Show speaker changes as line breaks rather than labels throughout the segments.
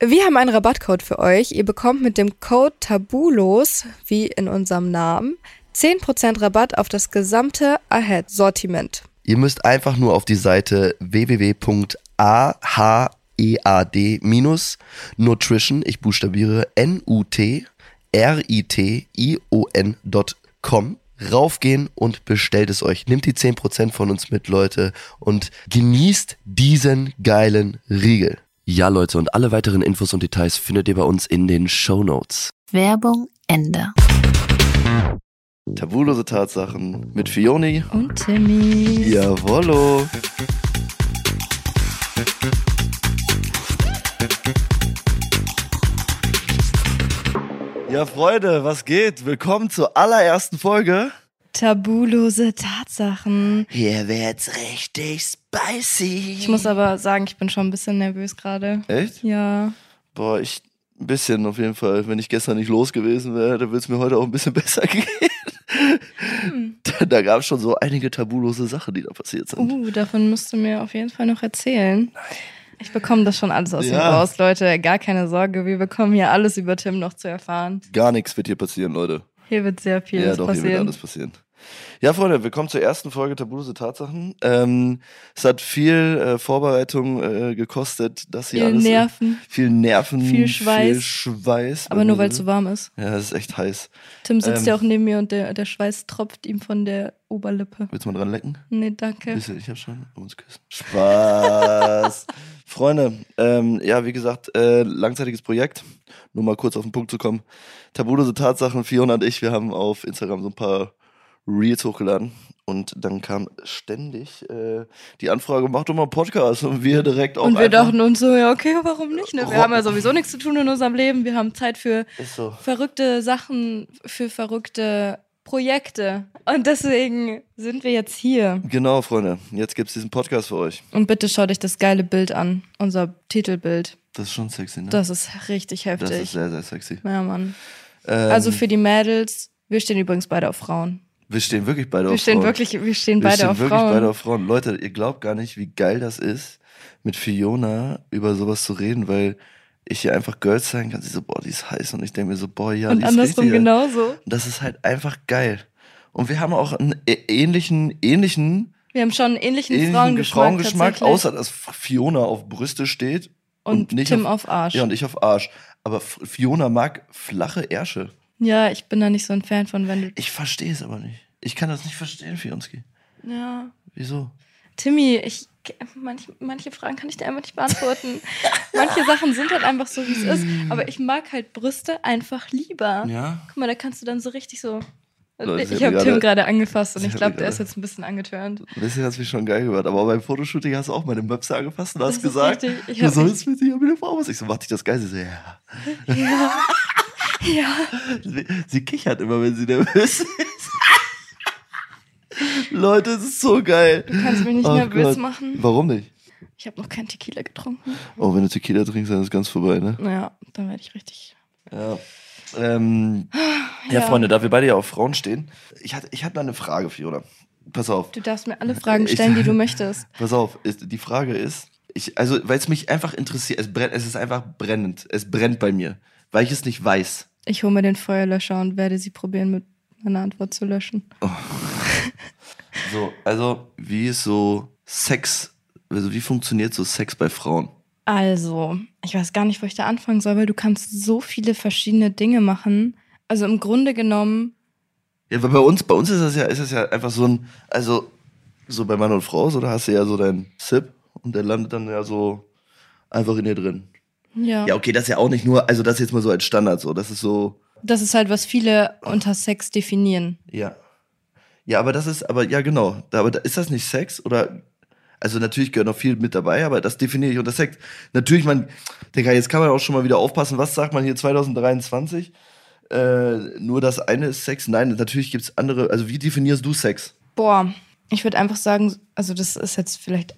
Wir haben einen Rabattcode für euch. Ihr bekommt mit dem Code TABULOS, wie in unserem Namen, 10% Rabatt auf das gesamte Ahead-Sortiment.
Ihr müsst einfach nur auf die Seite E www.ahead-nutrition, ich buchstabiere N-U-T-R-I-T-I-O-N.com, raufgehen und bestellt es euch. Nehmt die 10% von uns mit, Leute, und genießt diesen geilen Riegel. Ja, Leute, und alle weiteren Infos und Details findet ihr bei uns in den Show Notes.
Werbung Ende.
Tabulose Tatsachen mit Fioni.
Und Timmy.
Jawollo. Ja, Freunde, was geht? Willkommen zur allerersten Folge.
Tabulose Tatsachen.
Hier wird's richtig spicy.
Ich muss aber sagen, ich bin schon ein bisschen nervös gerade.
Echt?
Ja.
Boah, ich. Ein bisschen auf jeden Fall. Wenn ich gestern nicht los gewesen wäre, dann würde es mir heute auch ein bisschen besser gehen. Da, da gab es schon so einige tabulose Sachen, die da passiert sind.
Hm. Uh, davon musst du mir auf jeden Fall noch erzählen. Ich bekomme das schon alles aus mir
Ja.
raus, Leute. Gar keine Sorge, wir bekommen hier alles über Tim noch zu erfahren.
Gar nichts wird hier passieren, Leute.
Hier wird sehr viel
ja, doch, hier wird
passieren.
alles passieren. Ja, Freunde, willkommen zur ersten Folge Tabulose Tatsachen. Ähm, es hat viel äh, Vorbereitung äh, gekostet, das hier
Viel
alles.
Nerven.
Viel Nerven.
Viel Schweiß.
Viel Schweiß.
Aber nur weil es so warm ist.
Ja, es ist echt heiß.
Tim sitzt
Mhm. Ähm.
ja auch neben mir und der, der Schweiß tropft ihm von der Oberlippe.
Willst du mal dran lecken?
Nee, danke.
Bisschen, ich hab schon uns küssen. Spaß. Freunde, ähm, ja, wie gesagt, äh, langzeitiges Projekt. Nur mal kurz auf den Punkt zu kommen. Tabulose Tatsachen, Fiona und ich, wir haben auf Instagram so ein paar Reels hochgeladen. Und dann kam ständig äh, die Anfrage, mach doch mal einen Podcast. Und wir direkt auch
Und wir
einfach,
dachten uns so, ja, okay, warum nicht? Ne? Wir
Ro-
haben ja sowieso nichts zu tun in unserem Leben. Wir haben Zeit für
Ist so.
verrückte Sachen, für verrückte Projekte. Und deswegen sind wir jetzt hier.
Genau, Freunde, jetzt gibt's diesen Podcast für euch.
Und bitte schau dich das geile Bild an, unser Titelbild.
Das ist schon sexy, ne?
Das ist richtig
Das ist
heftig.
sehr, sehr sexy.
Ja, Mann.
Ähm,
Also für die Mädels, wir stehen übrigens beide auf Frauen.
wir stehen wirklich beide
Wir
auf
stehen
Frauen.
wirklich, wir stehen
Wir
beide
stehen
auf
wirklich
Frauen.
beide auf Frauen. Leute, ihr glaubt gar nicht, wie geil das ist, mit Fiona über sowas zu reden, weil ich hier einfach Girls sein kann. Sie so, boah, die ist heiß. Und ich denke mir so, boah, ja, die
Und
ist
andersrum genau.
richtig heiß.
genauso.
Und Das ist halt einfach geil. Und wir haben auch einen ä- ähnlichen, ähnlichen,
Wir haben schon einen ähnlichen,
ähnlichen
Frauengeschmack,
Frauengeschmack,
tatsächlich.
außer dass Fiona auf Brüste steht
und,
und nicht
Tim auf, Arsch.
ja, und ich auf Arsch. Aber F- Fiona mag flache Ärsche.
Ja, ich bin da nicht so ein Fan von, wenn du.
Ich verstehe es aber nicht. Ich kann das nicht verstehen, Fionski.
Ja.
Wieso?
Timmy, ich, manch, manche Fragen kann ich dir einfach nicht beantworten. manche Sachen sind halt einfach so, wie es ist. Aber ich mag halt Brüste einfach lieber.
Ja.
Guck mal, da kannst du dann so richtig so.
Leute, sie
ich
hat
habe
mir
Tim
gerade-
gerade angefasst und
sie
ich
hat
glaube,
mir
der ist
gerade-
jetzt ein bisschen angetörnt.
Wisst ihr, das mich schon geil gehört. Aber beim Fotoshooting hast du auch meine Möpse angefasst und hast
Das ist
gesagt,
richtig. Ich
du
hab-
sollst mit dir mit der Frau was. Ich so, macht dich das geil? Sie so, ja.
Ja. ja.
Sie, sie kichert immer, wenn sie nervös ist. Leute, es ist so geil. Du
kannst mich nicht nervös machen.
Warum nicht?
Ich habe noch keinen Tequila getrunken.
Oh, wenn du Tequila trinkst, dann ist ganz vorbei, ne?
Ja, dann werde ich richtig.
Ja. Ähm, ja.
Ja.
Freunde, da wir beide ja auf Frauen stehen, ich hatte, ich hatte mal eine Frage, Fiona. Pass auf,
Du darfst mir alle Fragen stellen, die du möchtest.
pass auf. Ist, die Frage ist, ich, also, weil es mich einfach interessiert, es, brennt, es ist einfach brennend. Es brennt bei mir, weil ich es nicht weiß.
Ich hole mir den Feuerlöscher und werde sie probieren, mit meiner Antwort zu löschen.
So, also, wie ist so Sex, also wie funktioniert so Sex bei Frauen?
Also, ich weiß gar nicht, wo ich da anfangen soll, weil du kannst so viele verschiedene Dinge machen. Also im Grunde genommen,
Ja, weil bei uns, bei uns ist das ja, ist das ja einfach so ein, also so bei Mann und Frau, so da hast du ja so deinen Zip und der landet dann ja so einfach in dir drin.
ja,
Ja, okay, das ist ja auch nicht nur, also das jetzt mal so als Standard, so das ist so,
das ist halt, was viele unter Sex definieren.
ja, ja, aber das ist, aber ja genau, da, aber da, ist das nicht Sex oder? Also natürlich gehört noch viel mit dabei, aber das definiere ich unter Sex. Natürlich, man, Digga, jetzt kann man auch schon mal wieder aufpassen, was sagt man hier 2023? Äh, nur das eine ist Sex? Nein, natürlich gibt's andere, also wie definierst du Sex?
Boah, ich würde einfach sagen, also das ist jetzt vielleicht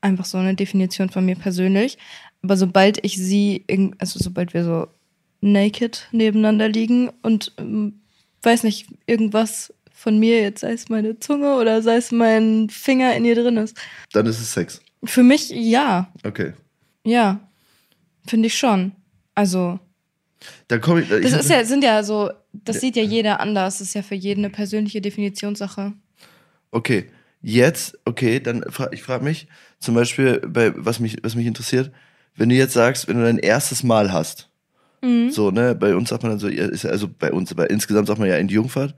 einfach so eine Definition von mir persönlich, aber sobald ich sie, irg- also sobald wir so naked nebeneinander liegen und ähm, weiß nicht, irgendwas von mir, jetzt sei es meine Zunge oder sei es mein Finger in ihr drin ist.
Dann ist es Sex.
Für mich ja,
Okay.
ja, finde ich schon. Also,
Da komme ich. ich
das
hatte-
ist ja, sind ja so, das
Ja.
sieht ja jeder anders, das ist ja für jeden eine persönliche Definitionssache.
Okay, jetzt, okay, dann fra ich frage mich zum Beispiel, bei, was, mich, was mich interessiert, wenn du jetzt sagst, wenn du dein erstes Mal hast,
Mhm.
so, ne, bei uns sagt man dann so, ja, ist ja- also bei uns, aber insgesamt sagt man ja in die Jungfahrt.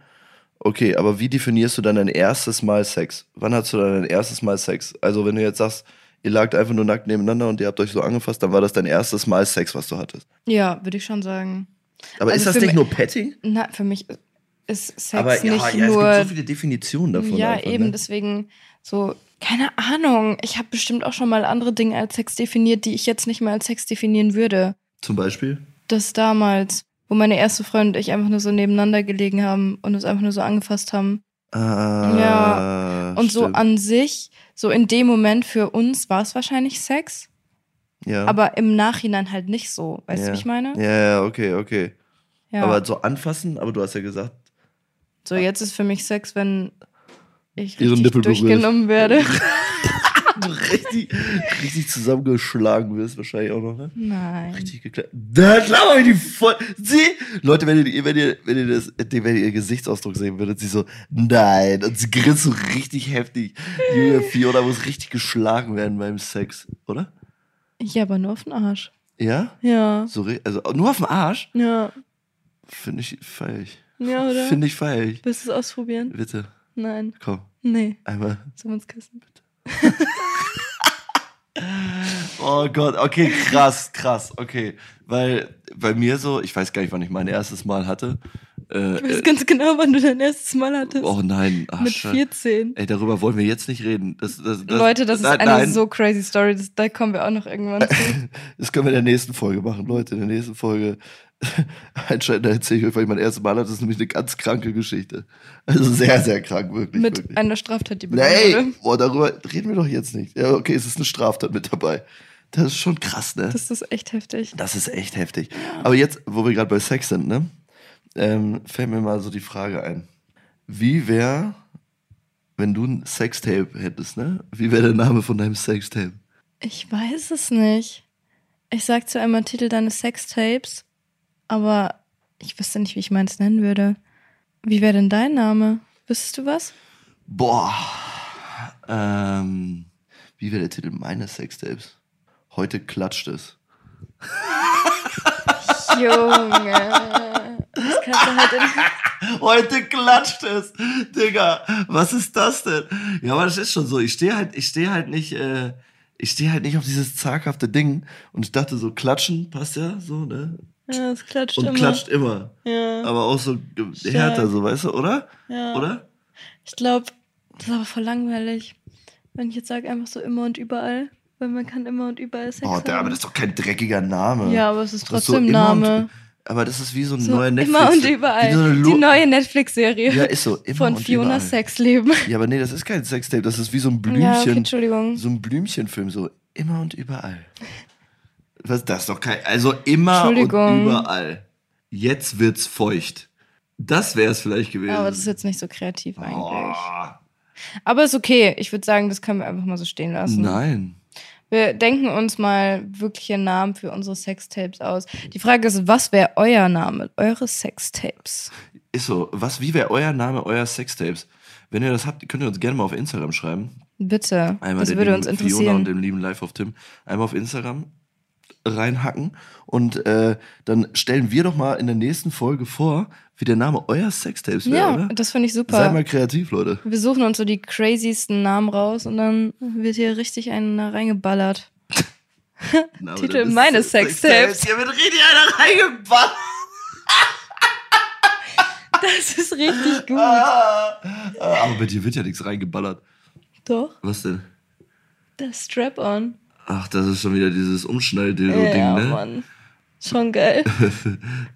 Okay, aber wie definierst du dann dein erstes Mal Sex? Wann hast du dann dein erstes Mal Sex? Also, wenn du jetzt sagst, ihr lagt einfach nur nackt nebeneinander und ihr habt euch so angefasst, dann war das dein erstes Mal Sex, was du hattest.
Ja, würde ich schon sagen.
Aber
Also
ist das
für
nicht
mi-
nur Petting?
Na, für mich ist Sex
aber
nicht
ja,
nur.
es gibt so viele Definitionen davon.
ja,
einfach,
eben,
ne?
deswegen so, keine Ahnung. Ich habe bestimmt auch schon mal andere Dinge als Sex definiert, die ich jetzt nicht mehr als Sex definieren würde.
Zum Beispiel?
Das damals, wo meine erste Freundin und ich einfach nur so nebeneinander gelegen haben und uns einfach nur so angefasst haben.
Ah,
Ja, Und so
stimmt.
an sich, so in dem Moment für uns war es wahrscheinlich Sex,
Ja.
aber im Nachhinein halt nicht so. Weißt
Ja.
du, wie ich meine?
Ja, ja, okay, okay.
Ja.
Aber so anfassen, aber du hast ja gesagt.
so, jetzt ist für mich Sex, wenn ich
Ihren
richtig
Nippel berührt.
durchgenommen werde.
Du richtig, richtig zusammengeschlagen wirst, wahrscheinlich auch noch, ne?
Nein.
Richtig geklappt. Da glaube ich die voll. Sie! Leute, wenn ihr, wenn ihr, wenn ihr das, wenn ihr ihr Gesichtsausdruck sehen würdet, sie so, nein. Und sie grinst so richtig heftig. Junge Fiona muss richtig geschlagen werden beim Sex, oder?
Ja, aber nur auf den Arsch.
Ja?
Ja.
So, ri- also nur auf dem Arsch?
Ja.
Finde ich feierig.
Ja, oder?
Finde ich feierig.
Willst du es ausprobieren?
Bitte,
Nein.
komm,
Nee.
einmal.
Sollen wir uns küssen?
Oh Gott, okay, krass, krass, okay. Weil bei mir so, ich weiß gar nicht, wann ich mein erstes Mal hatte. Äh,
Ich weiß
äh,
ganz genau, wann du dein erstes Mal hattest.
oh nein, ach,
Mit
Scheiße.
14.
Ey, darüber wollen wir jetzt nicht reden. Das, das, das,
Leute, das
nein,
ist eine
nein,
so crazy Story. Das, da kommen wir auch noch irgendwann zu.
Das können wir in der nächsten Folge machen, Leute. In der nächsten Folge einschalten, da erzähle ich euch, weil ich mein erstes Mal hatte. Das ist nämlich eine ganz kranke Geschichte. Also sehr, sehr krank, wirklich.
Mit
wirklich.
einer Straftat, die begangen
Nee,
wurde.
boah, darüber reden wir doch jetzt nicht. Ja, okay, es ist eine Straftat mit dabei. Das ist schon krass, ne?
Das ist echt heftig.
Das ist echt heftig. Aber jetzt, wo wir gerade bei Sex sind, ne, ähm, fällt mir mal so die Frage ein. Wie wäre, wenn du ein Sextape hättest, ne? Wie wäre der Name von deinem Sextape?
Ich weiß es nicht. Ich sag zwar immer Titel deines Sextapes, aber ich wüsste nicht, wie ich meins nennen würde. Wie wäre denn dein Name? Wüsstest du was?
Boah. Ähm, wie wäre der Titel meines Sextapes? Heute klatscht es.
Junge. Das kannst du halt in
Heute klatscht es, Digga. Was ist das denn? Ja, aber das ist schon so. Ich stehe halt, ich stehe halt nicht, äh, ich stehe halt nicht auf dieses zaghafte Ding. Und ich dachte so, klatschen passt ja so, ne?
Ja, es klatscht
Und
immer.
klatscht immer.
Ja,
Aber auch so ge-
Stark.
härter, so, weißt du, oder?
ja.
Oder?
Ich glaube, das ist aber voll langweilig. Wenn ich jetzt sage, einfach so immer und überall. Weil man kann immer und überall Sex
Oh, da,
haben.
aber das ist doch kein dreckiger Name.
ja, aber es ist
Das ist so
trotzdem
immer und-
Name.
Aber das ist wie so ein
So
neuer Netflix.
immer und
Wie
überall.
so eine Lo-
Die neue Netflix-Serie
ja, ist so. Immer
von
und
Fiona
überall.
Sexleben.
Ja, aber nee, das ist kein Sextape, das ist wie so ein
Ja, okay,
Blümchen.
Entschuldigung.
so ein Blümchenfilm, so immer und überall. Was, das ist doch kein. Also immer und
Entschuldigung.
überall. jetzt wird's feucht. Das wäre es vielleicht gewesen.
Aber das ist jetzt nicht so
Oh.
kreativ eigentlich.
Ah,
Aber ist okay. Ich würde sagen, das können wir einfach mal so stehen lassen.
nein.
Wir denken uns mal wirkliche Namen für unsere Sextapes aus. Die Frage ist, was wäre euer Name? Eure Sextapes.
Ist so, was, wie wäre euer Name, euer Sextapes? Wenn ihr das habt, könnt ihr uns gerne mal auf Instagram schreiben.
Bitte.
Einmal
das
der
würde
lieben
uns
Fiona und
interessieren.
dem lieben Live of Tim. Einmal auf Instagram reinhacken und äh, dann stellen wir doch mal in der nächsten Folge vor, wie der Name euer Sextapes wäre,
ja,
oder?
das finde ich
Seid mal
super.
kreativ, Leute.
Wir suchen uns so die crazysten Namen raus und dann wird hier richtig einer reingeballert.
Name
Titel
deines
meines Sextapes.
Hier wird richtig einer reingeballert.
Das ist richtig gut.
Ah, aber bei dir wird ja nichts reingeballert.
Doch,
Was denn?
das Strap-on.
Ach, das ist schon wieder dieses Umschnall-Dildo-Ding,
Ja,
ne?
Mann. Schon geil.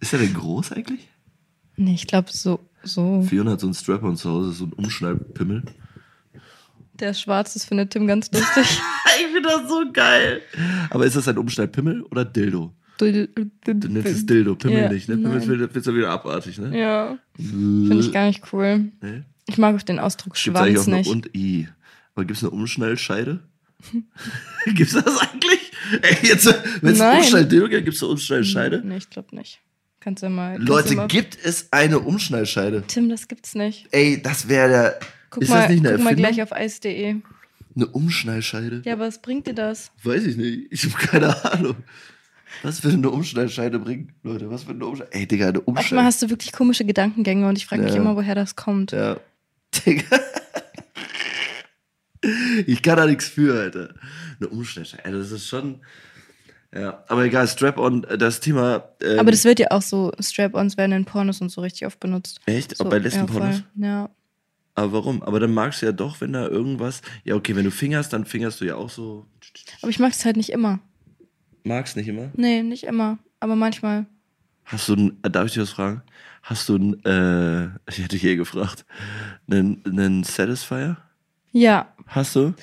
ist der denn groß eigentlich?
Nee, ich glaube, so, so.
Fiona hat so einen Strap-on zu Hause, so einen Umschnallpimmel.
Der Schwarz, das findet Tim ganz lustig.
Ich finde das so geil. Aber ist das ein Umschnallpimmel oder Dildo? Du nennst es Dildo, Pimmel
Ja,
nicht, ne? Pimmel
nein.
wird- wird ja wieder abartig, ne?
ja, finde ich gar nicht cool.
Ne?
Ich mag auch den Ausdruck
Gibt's eigentlich
Schwanz
auch eine
nicht.
und I. Aber gibt's eine Umschnallscheide? gibt's das eigentlich? Ey, jetzt, wenn's
Nein.
ein Umschnall-Dildo gibt, gibt's eine Umschnallscheide?
Nee, ich glaube nicht. Kannst du mal. kannst du
Leute,
mal
gibt es eine Umschnallscheide?
Tim, das gibt's nicht.
Ey, das wäre der.
Guck,
ist
mal,
das nicht eine
guck mal
Erfindung?
gleich auf eis.de.
Eine Umschnallscheide?
Ja, aber was bringt dir das?
Weiß ich nicht. Ich habe keine Ahnung. Was würde eine Umschnallscheide bringen, Leute? Was würde eine Umschnallscheide. Ey, Digga, eine
Manchmal
Umschnallscheide.
hast du wirklich komische Gedankengänge und ich frage mich
Ja.
immer, woher das kommt.
Ja. Digga. Ich kann da nichts für, Alter. Eine Umschnallscheide. Alter, Das ist schon. Ja, aber egal, Strap-on, äh, das Thema. Ähm,
Aber das wird ja auch so, Strap-ons werden in Pornos und so richtig oft benutzt.
Echt?
So,
Auch bei
ja,
Lesbenpornos?
voll. Ja.
aber warum? Aber dann magst du ja doch, wenn da irgendwas. Ja, okay, wenn du fingerst, dann fingerst du ja auch so.
Aber ich mag es halt nicht immer.
Magst nicht immer?
Nee, nicht immer. Aber manchmal.
Hast du ein, darf ich dich was fragen? Hast du ein, äh, ich hätte dich eh gefragt, einen, einen Satisfier?
Ja,
Hast du?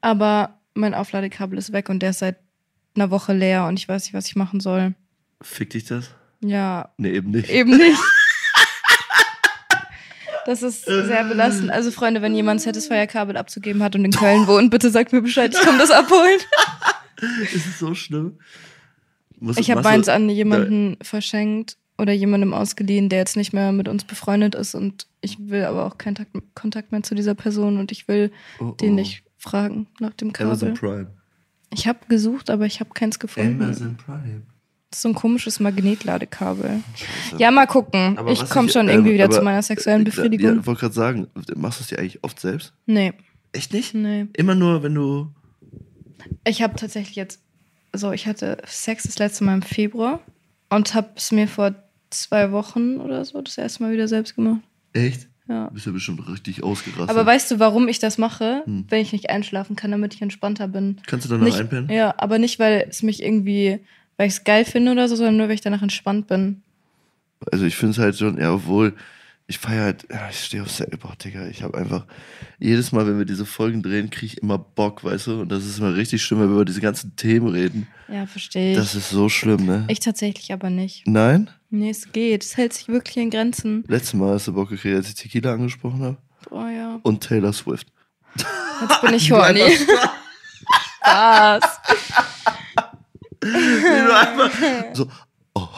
aber mein Aufladekabel ist weg und der ist seit einer Woche leer und ich weiß nicht, was ich machen soll.
Fick dich das?
Ja,
Nee, eben nicht.
eben nicht. Das ist sehr belastend. Also, Freunde, wenn jemand Satisfier-Kabel abzugeben hat und in Köln wohnt, bitte sagt mir Bescheid, ich komme das abholen.
Ist es so schlimm? Muss-
Ich habe
machst du-
meins an jemanden verschenkt oder jemandem ausgeliehen, der jetzt nicht mehr mit uns befreundet ist und ich will aber auch keinen Takt- Kontakt mehr zu dieser Person und ich will
Oh, oh.
den nicht fragen nach dem
Amazon
Kabel.
Prime.
Ich habe gesucht, aber ich habe keins gefunden.
Amazon Prime.
Das ist so ein komisches Magnetladekabel.
Scheiße.
Ja, mal gucken.
Aber
ich
was
komme
ich-
schon
ähm,
irgendwie wieder
aber- äh,
zu meiner sexuellen Befriedigung.
Ja, wollte gerade sagen, machst du es dir eigentlich oft selbst?
Nee,
Echt nicht?
nee.
Immer nur, wenn du.
Ich habe tatsächlich jetzt, so ich hatte Sex das letzte Mal im Februar und habe es mir vor zwei Wochen oder so das erste Mal wieder selbst gemacht.
Echt?
Ja.
Du bist ja bestimmt richtig ausgerastet.
Aber weißt du, warum ich das mache?
Hm.
Wenn ich nicht einschlafen kann, damit ich entspannter bin.
Kannst du danach
nicht,
einpennen?
Ja, aber nicht, weil es mich irgendwie, weil ich es geil finde oder so, sondern nur, weil ich danach entspannt bin.
Also ich finde es halt schon, ja, obwohl, ich feiere halt, ja, ich stehe auf Sex, boah, Digga, ich habe einfach, jedes Mal, wenn wir diese Folgen drehen, kriege ich immer Bock, weißt du? Und das ist immer richtig schlimm, wenn wir über diese ganzen Themen reden.
Ja, verstehe ich.
Das ist so schlimm, ne?
ich tatsächlich aber nicht.
Nein?
Nee, es geht. Es hält sich wirklich in Grenzen.
Letztes Mal hast du Bock gekriegt, als ich Tequila angesprochen habe.
Oh ja.
Und Taylor Swift.
Jetzt bin ich horny. Spaß.
Wie du einfach so, oh,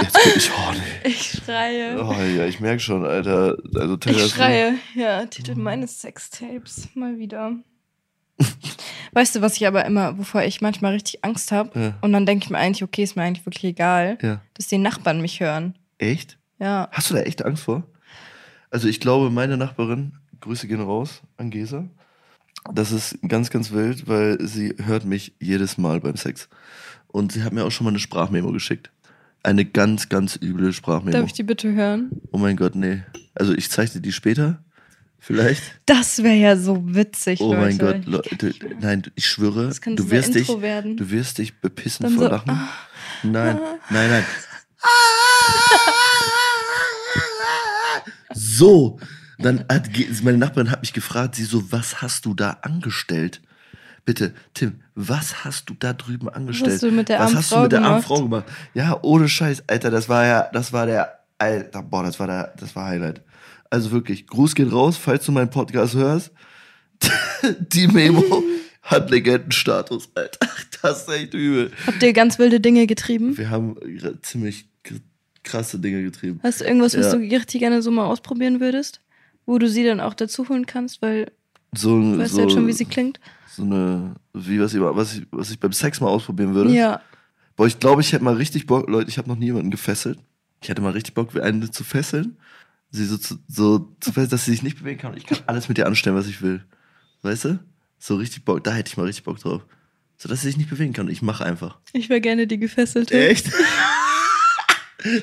jetzt bin ich horny.
Ich schreie.
Oh ja, ich merke schon, Alter. Also Taylor
ich
Swift.
schreie. Ja, Titel meines Sextapes. Mal wieder. weißt du, was ich aber immer, wovor ich manchmal richtig Angst habe?
Ja.
Und dann denke ich mir eigentlich, okay, ist mir eigentlich wirklich egal,
ja.
dass die Nachbarn mich hören.
Echt?
Ja.
Hast du da echt Angst vor? Also ich glaube, meine Nachbarin, Grüße gehen raus an Gesa. Das ist ganz, ganz wild, weil sie hört mich jedes Mal beim Sex. Und sie hat mir auch schon mal eine Sprachmemo geschickt. Eine ganz, ganz üble
Darf
Sprachmemo.
ich die bitte hören?
Oh mein Gott, nee. Also ich zeige dir die später. Vielleicht.
Das wäre ja so witzig,
oh
Leute.
mein Gott, Leute. Nein, du- ich schwöre,
Das kann
du
so
wirst
ein
dich,
Intro werden.
du wirst dich bepissen
Dann
vor
so, ah,
Lachen. Nein, nein, nein. So, dann hat Ge- meine Nachbarin hat mich gefragt, sie so, was hast du da angestellt? Bitte, Tim, was hast du da drüben angestellt?
hast du mit der
was
armen
hast
Frau
du mit der armen
gemacht?
Frau gemacht? Ja, ohne Scheiß, Alter, das war ja, das war der, Alter, boah, das war der, das war Highlight. Also wirklich, Gruß geht raus, falls du meinen Podcast hörst. Die Memo hat Legendenstatus, Alter. Das ist echt übel.
Habt ihr ganz wilde Dinge getrieben?
Wir haben r- ziemlich k- krasse Dinge getrieben.
Hast du irgendwas, was
Ja.
du richtig gerne so mal ausprobieren würdest? Wo du sie dann auch dazu holen kannst, weil
So,
du weißt
so,
ja jetzt schon, wie sie klingt.
so eine, wie was ich, was, ich, was ich beim Sex mal ausprobieren würde.
Ja.
Boah, ich glaube, ich hätte mal richtig Bock, Leute, ich habe noch nie jemanden gefesselt. Ich hätte mal richtig Bock, eine zu fesseln. Sie so zu, so zu fesseln, dass sie sich nicht bewegen kann. Und ich kann alles mit ihr anstellen, was ich will. Weißt du? So richtig Bock, da hätte ich mal richtig Bock drauf. So dass sie sich nicht bewegen kann. Und ich mache einfach.
Ich wäre gerne die gefesselte.
Echt?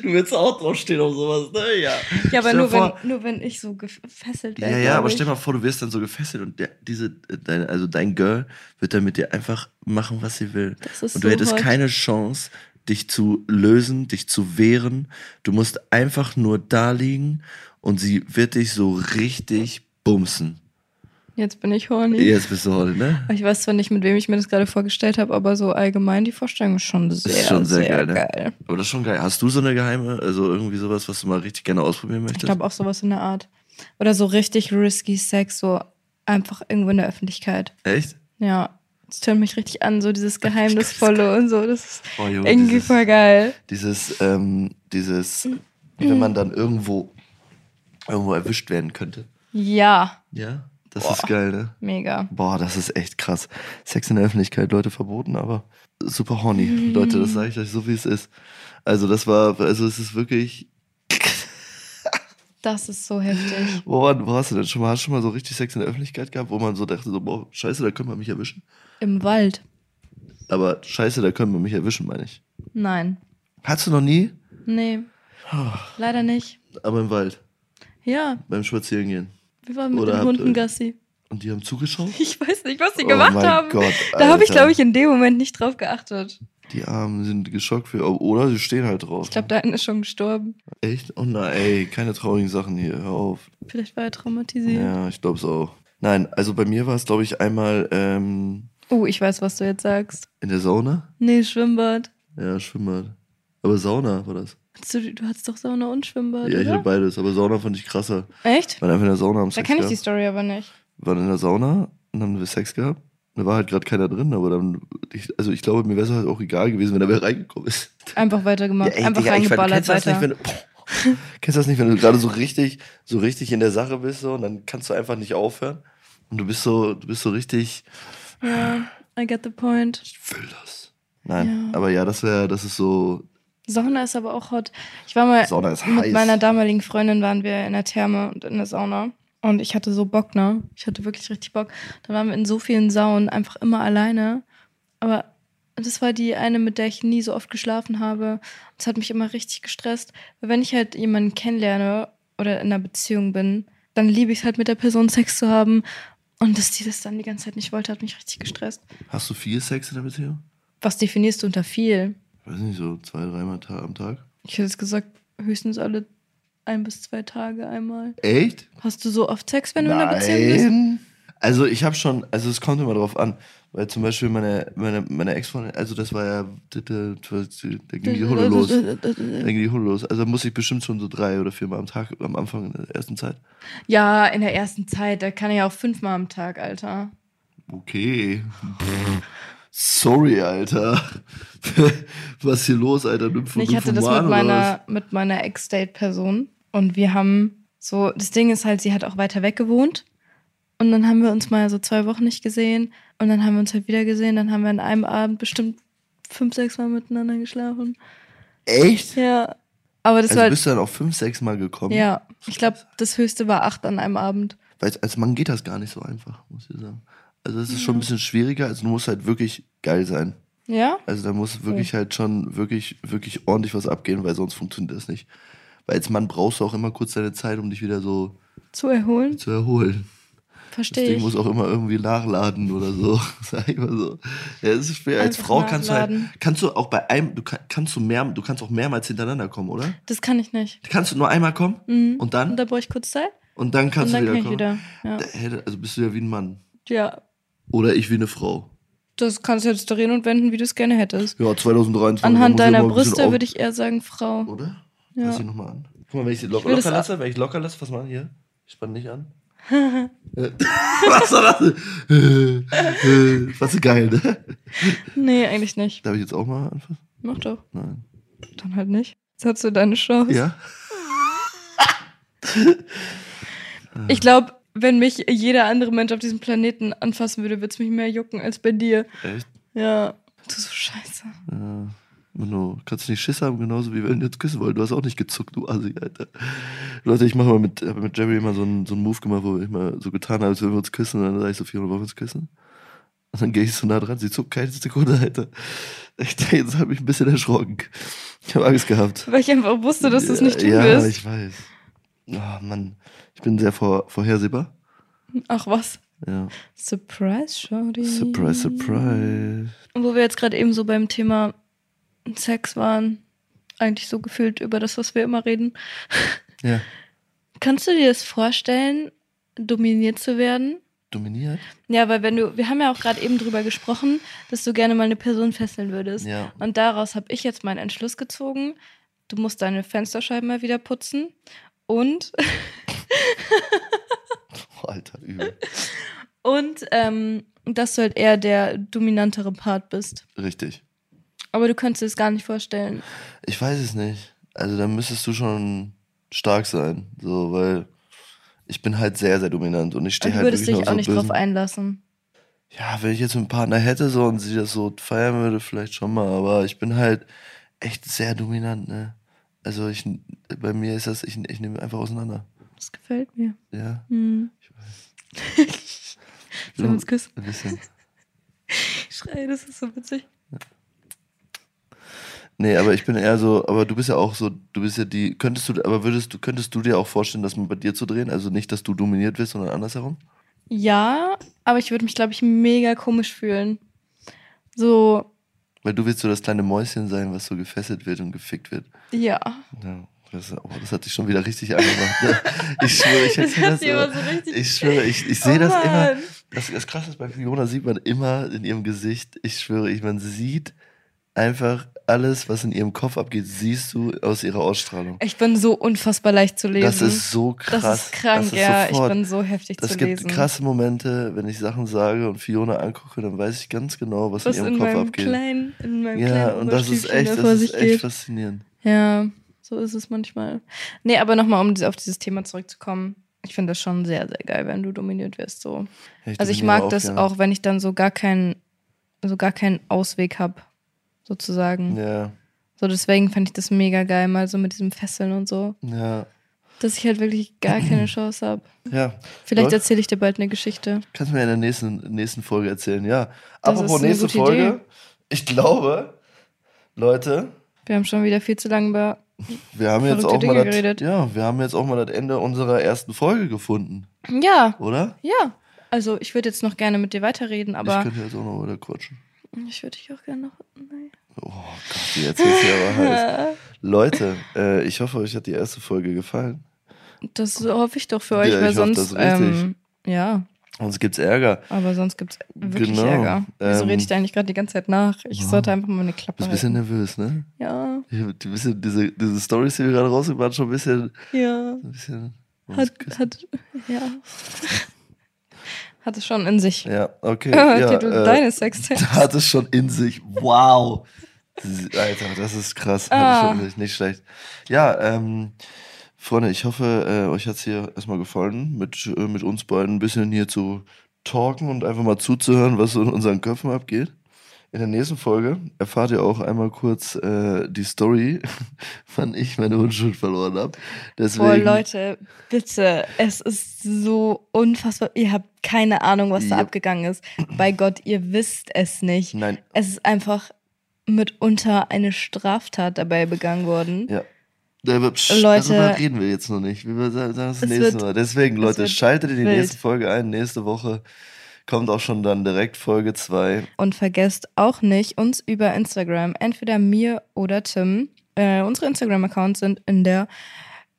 du willst auch draufstehen auf sowas, ne? Ja.
Ja, aber
Stell
nur
dir vor-
wenn, nur wenn ich so gefesselt
Ja,
wäre.
ja, aber stell
stimmt.
mal vor, du wirst dann so gefesselt und der, diese, äh, deine, also dein Girl wird dann mit dir einfach machen, was sie will.
Das ist
und du
so
hättest
hot.
keine Chance, dich zu lösen, dich zu wehren. Du musst einfach nur da liegen und sie wird dich so richtig bumsen.
Jetzt bin ich horny.
Jetzt bist du heute, ne?
Ich weiß zwar nicht, mit wem ich mir das gerade vorgestellt habe, aber so allgemein die Vorstellung ist schon sehr,
schon sehr
sehr,
geil,
geil.
ne? Aber das ist schon geil. Hast du so eine geheime, also irgendwie sowas, was du mal richtig gerne ausprobieren
Ich
möchtest?
glaube auch sowas in der Art. Oder so richtig risky Sex, so einfach irgendwo in der Öffentlichkeit.
Echt?
Ja, das tönt mich richtig an, so dieses Geheimnisvolle und so. Das ist
Oh, Junge,
irgendwie
dieses-
voll geil.
dieses, ähm, dieses,
Mhm.
wenn man dann irgendwo, irgendwo erwischt werden könnte.
Ja,
Ja, das
Boah.
ist geil, ne?
mega.
Boah, das ist echt krass. Sex in der Öffentlichkeit, Leute, verboten, aber super horny.
Mhm.
Leute, das sage ich euch so, wie es ist. Also das war, also es ist wirklich,
Das ist so heftig.
woran, wo hast du denn schon mal, hast du schon mal so richtig Sex in der Öffentlichkeit gehabt, wo man so dachte, so, boah, scheiße, da können wir mich erwischen.
Im Wald?
Aber scheiße, da können wir mich erwischen, meine ich.
Nein.
Hattest du noch nie?
Nee, leider nicht.
Aber im Wald,
Ja,
beim Spazierengehen.
wir waren mit
Oder
den
habt
Hunden
ihr-
Gassi.
Und die haben zugeschaut?
Ich weiß nicht, was sie gemacht haben.
Oh Gott,
Da habe ich,
Alter.
glaube ich, in dem Moment nicht drauf geachtet.
Die Armen sind geschockt für, oder sie stehen halt drauf.
Ich glaube, da eine ist schon gestorben.
Echt? Oh nein, ey, keine traurigen Sachen hier, hör auf.
Vielleicht war er traumatisiert.
Ja, ich glaube es auch. Nein, also bei mir war es, glaube ich, einmal ähm,
Oh, ich weiß, was du jetzt sagst.
in der Sauna.
Nee, Schwimmbad.
Ja, Schwimmbad. Aber Sauna war das.
Hattest Du, du hattest doch Sauna und Schwimmbad,
ja, ich hatte
oder?
beides, aber Sauna fand ich krasser.
Echt?
Wir waren einfach in der Sauna am
Da
Sex
kenne ich die
gehabt.
Story aber nicht.
Wir waren in der Sauna und haben wir Sex gehabt. Da war halt gerade keiner drin, aber dann, ich, also ich glaube, mir wäre es halt auch egal gewesen, wenn da wer reingekommen ist.
Einfach weitergemacht. Einfach
Digga, ich fand-
reingeballert
kennst du
weiter.
das nicht, wenn du, kennst du das nicht, wenn du gerade so richtig, so richtig in der Sache bist so, und dann kannst du einfach nicht aufhören? Und du bist so, du bist so richtig,
ja, I get the point.
ich will das. Nein,
Ja.
aber ja, das wäre, das ist so,
Sauna ist aber auch hot. Ich war mal
Sauna ist
Äh, mit
heiß.
meiner damaligen Freundin waren wir in der Therme und in der Sauna. Und ich hatte so Bock, ne? Ich hatte wirklich richtig Bock. Dann waren wir in so vielen Saunen einfach immer alleine. Aber das war die eine, mit der ich nie so oft geschlafen habe. Das hat mich immer richtig gestresst. Weil wenn ich halt jemanden kennenlerne oder in einer Beziehung bin, dann liebe ich es halt mit der Person Sex zu haben. Und dass die das dann die ganze Zeit nicht wollte, hat mich richtig gestresst.
Hast du viel Sex in der Beziehung?
Was definierst du unter viel?
Ich weiß nicht, so zwei, dreimal ta- am Tag.
Ich hätte jetzt gesagt, höchstens alle ein bis zwei Tage einmal.
Echt?
Hast du so oft Sex, wenn du in einer Beziehung bist?
Also ich habe schon, also es kommt immer drauf an, weil zum Beispiel meine, meine, meine Ex-Freundin, also das war ja, da da- da- da ging die Hulle los. Dann ging die Hunde los. Also da muss ich bestimmt schon so drei oder viermal am Tag am Anfang in der ersten Zeit.
Ja, in der ersten Zeit. Da kann ich ja auch fünfmal am Tag, Alter.
Okay. Pff. Sorry, Alter. Was ist hier los, Alter?
Nee, ich hatte das mit meiner, mit meiner Ex-Date-Person. Und wir haben so, das Ding ist halt, sie hat auch weiter weg gewohnt. Und dann haben wir uns mal so zwei Wochen nicht gesehen. Und dann haben wir uns halt wieder gesehen. Dann haben wir an einem Abend bestimmt fünf, sechs Mal miteinander geschlafen.
Echt?
Ja. Aber das
also
war
bist du dann auch fünf, sechs Mal gekommen?
Ja, ich glaube, das höchste war acht an einem Abend.
Weil als Mann geht das gar nicht so einfach, muss ich sagen. Also es ist schon ein
Mhm.
bisschen schwieriger. Also du musst halt wirklich geil sein.
Ja?
Also da muss wirklich halt schon wirklich, wirklich ordentlich was abgehen, weil sonst funktioniert das nicht. Weil als Mann brauchst du auch immer kurz deine Zeit, um dich wieder so
Zu erholen?
zu erholen. Das
Verstehe
Ding
ich.
muss auch immer irgendwie nachladen oder so. Sag ich mal so. Ja, es ist schwer. Als
Einfach
Frau kannst du halt,
nachladen.
kannst du auch bei einem, du kann- kannst du mehr, du kannst auch mehrmals hintereinander kommen, oder?
Das kann ich nicht.
Kannst du nur einmal kommen
Mhm.
und dann
Und da brauche ich kurz Zeit.
und dann kannst
und dann
du
kann
wieder kommen.
ich
Äh.
wieder. Ja.
Da hätte- Also bist du ja wie ein Mann
ja.
oder ich wie eine Frau.
das kannst du jetzt drehen und wenden, wie du es gerne hättest.
Ja, 2023.
Anhand
da muss ich
deiner
mal ein bisschen
Brüste
auf- Oh,
würde ich eher sagen Frau.
Oder?
Ja.
Lass ihn nochmal an. Guck mal, wenn ich sie
Ich
locker,
will das
locker lasse, wenn ich locker lasse, was machen hier? Ich spann nicht an. Äh, was soll das? denn? Äh, äh, Was ist geil, ne?
Nee, eigentlich nicht.
Darf ich jetzt auch mal anfassen?
Mach doch.
Nein.
Dann halt nicht. Jetzt hast du deine Chance.
Ja?
Ich glaube, wenn mich jeder andere Mensch auf diesem Planeten anfassen würde, würde es mich mehr jucken als bei dir.
Echt?
Ja. Du so scheiße.
Äh, Manu, kannst du nicht Schiss haben, genauso wie wenn du jetzt küssen wollen. Du hast auch nicht gezuckt, du Assi, Alter. Leute, ich mache mal mit, hab mit Jerry immer so einen, so einen Move gemacht, wo ich mal so getan habe, als würden wir uns küssen. Und dann sage ich so, Fiona, wollen wir uns küssen? Und dann gehe ich so nah dran, sie zuckt keine Sekunde, Alter. Ich, jetzt habe ich ein bisschen erschrocken. Ich habe Angst gehabt.
Weil ich einfach wusste, dass du es nicht tun
ja,
wirst.
ich weiß. Oh Mann, ich bin sehr vor, vorhersehbar.
Ach was.
Ja.
Surprise, Shorty.
Surprise, surprise.
Und Wo wir jetzt gerade eben so beim Thema Sex waren, eigentlich so gefühlt über das, was wir immer reden.
Ja.
Kannst du dir das vorstellen, dominiert zu werden?
Dominiert?
Ja, weil wenn du, wir haben ja auch gerade eben drüber gesprochen, dass du gerne mal eine Person fesseln würdest.
Ja.
Und daraus habe ich jetzt meinen Entschluss gezogen. Du musst deine Fensterscheiben mal wieder putzen. Und,
Oh, Alter, übel.
und ähm, dass du halt eher der dominantere Part bist.
Richtig.
Aber du könntest dir das gar nicht vorstellen.
Ich weiß es nicht. Also da müsstest du schon stark sein, so, weil ich bin halt sehr, sehr dominant und ich
Und
stehe
du
halt
würdest
wirklich
dich
noch
auch
so
nicht
bösen.
drauf einlassen.
Ja, wenn ich jetzt einen Partner hätte so und sie das so feiern würde, vielleicht schon mal, aber ich bin halt echt sehr dominant, ne? Also ich, bei mir ist das, ich, ich nehme einfach auseinander.
Das gefällt mir.
Ja,
Hm.
ich
Sollen wir uns küssen?
ein bisschen.
Schrei, das ist so witzig.
Nee, aber ich bin eher so, aber du bist ja auch so, du bist ja die, könntest du, aber würdest du, könntest du dir auch vorstellen, das mal bei dir zu drehen? Also nicht, dass du dominiert wirst, sondern andersherum?
Ja, aber ich würde mich, glaube ich, mega komisch fühlen. So,
Weil du willst so das kleine Mäuschen sein, was so gefesselt wird und gefickt wird.
ja.
Ja. Das, oh, das hat dich schon wieder richtig angemacht. ne? Ich schwöre, ich
Das
erzähl
hat
das
sie immer
immer.
so richtig. oh
Ich schwöre, ich, ich sehe das immer. Das, das Krasse ist, bei Fiona sieht man immer in ihrem Gesicht, ich schwöre, ich, man sieht einfach alles, was in ihrem Kopf abgeht, siehst du aus ihrer Ausstrahlung.
Ich bin so unfassbar leicht zu lesen.
Das ist so krass.
Das ist krank,
Das ist
ja.
sofort-
Ich bin so heftig
Es
zu
gibt
lesen.
krasse Momente, wenn ich Sachen sage und Fiona angucke, dann weiß ich ganz genau, was,
was
in
in
ihrem Kopf
meinem
abgeht.
kleinen, in meinem
ja,
kleinen
und das ist
Oberstübchen
echt,
da vor
das
sich
ist echt
geht.
faszinierend.
Ja, so ist es manchmal. Nee, aber nochmal, um auf dieses Thema zurückzukommen. Ich finde das schon sehr, sehr geil, wenn du dominiert wirst. So.
Ja,
Also ich
dominiere
mag das
gerne.
auch, wenn ich dann so gar keinen, so gar keinen Ausweg habe, sozusagen.
Ja,
So deswegen fand ich das mega geil, mal so mit diesem Fesseln und so,
ja,
dass ich halt wirklich gar keine Chance habe.
ja.
Vielleicht
Läuft.
erzähle ich dir bald eine Geschichte.
Kannst du mir in der nächsten, nächsten Folge erzählen, ja.
Das ist
Apropos
eine
nächste
gute
Folge.
Idee.
Ich glaube, Leute,
Wir haben schon wieder viel zu lange über.
wir haben jetzt
Verrückte
auch mal
Dinge
das,
geredet.
ja, wir haben jetzt auch mal das Ende unserer ersten Folge gefunden,
Ja,
oder?
ja. Also ich würde jetzt noch gerne mit dir weiterreden,
ich
aber
könnte jetzt auch noch weiter quatschen.
ich, würde dich auch gerne noch. Nein.
Oh Gott, die erzählst du aber heiß. Leute, äh, ich hoffe, euch hat die erste Folge gefallen.
Das hoffe ich doch für
Ja,
euch, weil
ich hoffe
sonst.
das richtig.
ähm, ja,
Sonst gibt's Ärger.
aber sonst gibt es wirklich
Genau,
Ärger. Wieso
ähm,
rede ich da eigentlich gerade die ganze Zeit nach? Ich
Ja.
sollte einfach mal eine Klappe
Bist ein bisschen
halten.
nervös, ne?
Ja,
Ich hab ein bisschen diese, diese Stories, die wir gerade rausgebracht haben, schon ein bisschen.
ja.
Ein bisschen
Hat, hat, ja. hat es schon in sich.
ja, okay.
Ja,
ja,
Titel
äh,
deines Sextapes.
Hat es schon in sich. Wow. Alter, das ist krass. Hat es schon in
Ah.
sich. Nicht schlecht. Ja, ähm, Freunde, ich hoffe, äh, euch hat es hier erstmal gefallen, mit, äh, mit uns beiden ein bisschen hier zu talken und einfach mal zuzuhören, was so in unseren Köpfen abgeht. In der nächsten Folge erfahrt ihr auch einmal kurz äh, die Story, wann ich meine Unschuld verloren habe. Deswegen,
Boah, Leute, bitte. Es ist so unfassbar. Ihr habt keine Ahnung, was da
Yep.
abgegangen ist. Bei Gott, ihr wisst es nicht.
Nein,
Es ist einfach mitunter eine Straftat dabei begangen worden.
Ja. Da wird- psch,
Leute.
darüber reden wir jetzt noch nicht. Wir sagen sagen das
Es
nächste
wird-
Mal. Deswegen,
es
Leute,
wird
schaltet in die
wild.
nächste Folge ein. Nächste Woche kommt auch schon dann direkt Folge 2.
Und vergesst auch nicht, uns über Instagram, entweder mir oder Tim, äh, unsere Instagram-Accounts sind in der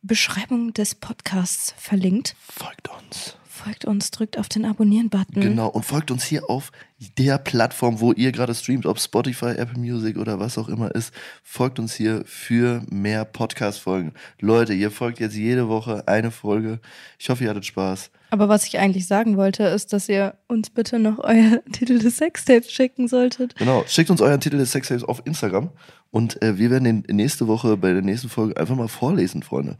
Beschreibung des Podcasts verlinkt.
Folgt uns.
Folgt uns, drückt auf den Abonnieren-Button.
Genau, und folgt uns hier auf der Plattform, wo ihr gerade streamt, ob Spotify, Apple Music oder was auch immer ist. Folgt uns hier für mehr Podcast-Folgen. Leute, ihr folgt jetzt jede Woche eine Folge. Ich hoffe, ihr hattet Spaß.
Aber was ich eigentlich sagen wollte, ist, dass ihr uns bitte noch euer Titel des Sextapes schicken solltett.
Genau, schickt uns euren Titel des Sextapes auf Instagram und äh, wir werden den nächste Woche bei der nächsten Folge einfach mal vorlesen, Freunde.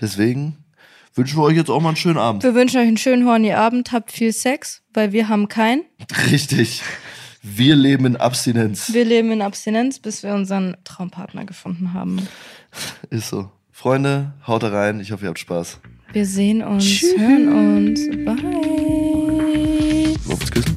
Deswegen wünschen wir euch jetzt auch mal einen schönen Abend.
Wir wünschen euch einen schönen horny Abend, habt viel Sex, weil wir haben keinen.
Richtig. Wir leben in Abstinenz.
Wir leben in Abstinenz, bis wir unseren Traumpartner gefunden haben.
Ist so. Freunde, haut rein. Ich hoffe, ihr habt Spaß.
Wir sehen uns, hören uns. Bye.
Wollt ihr küssen?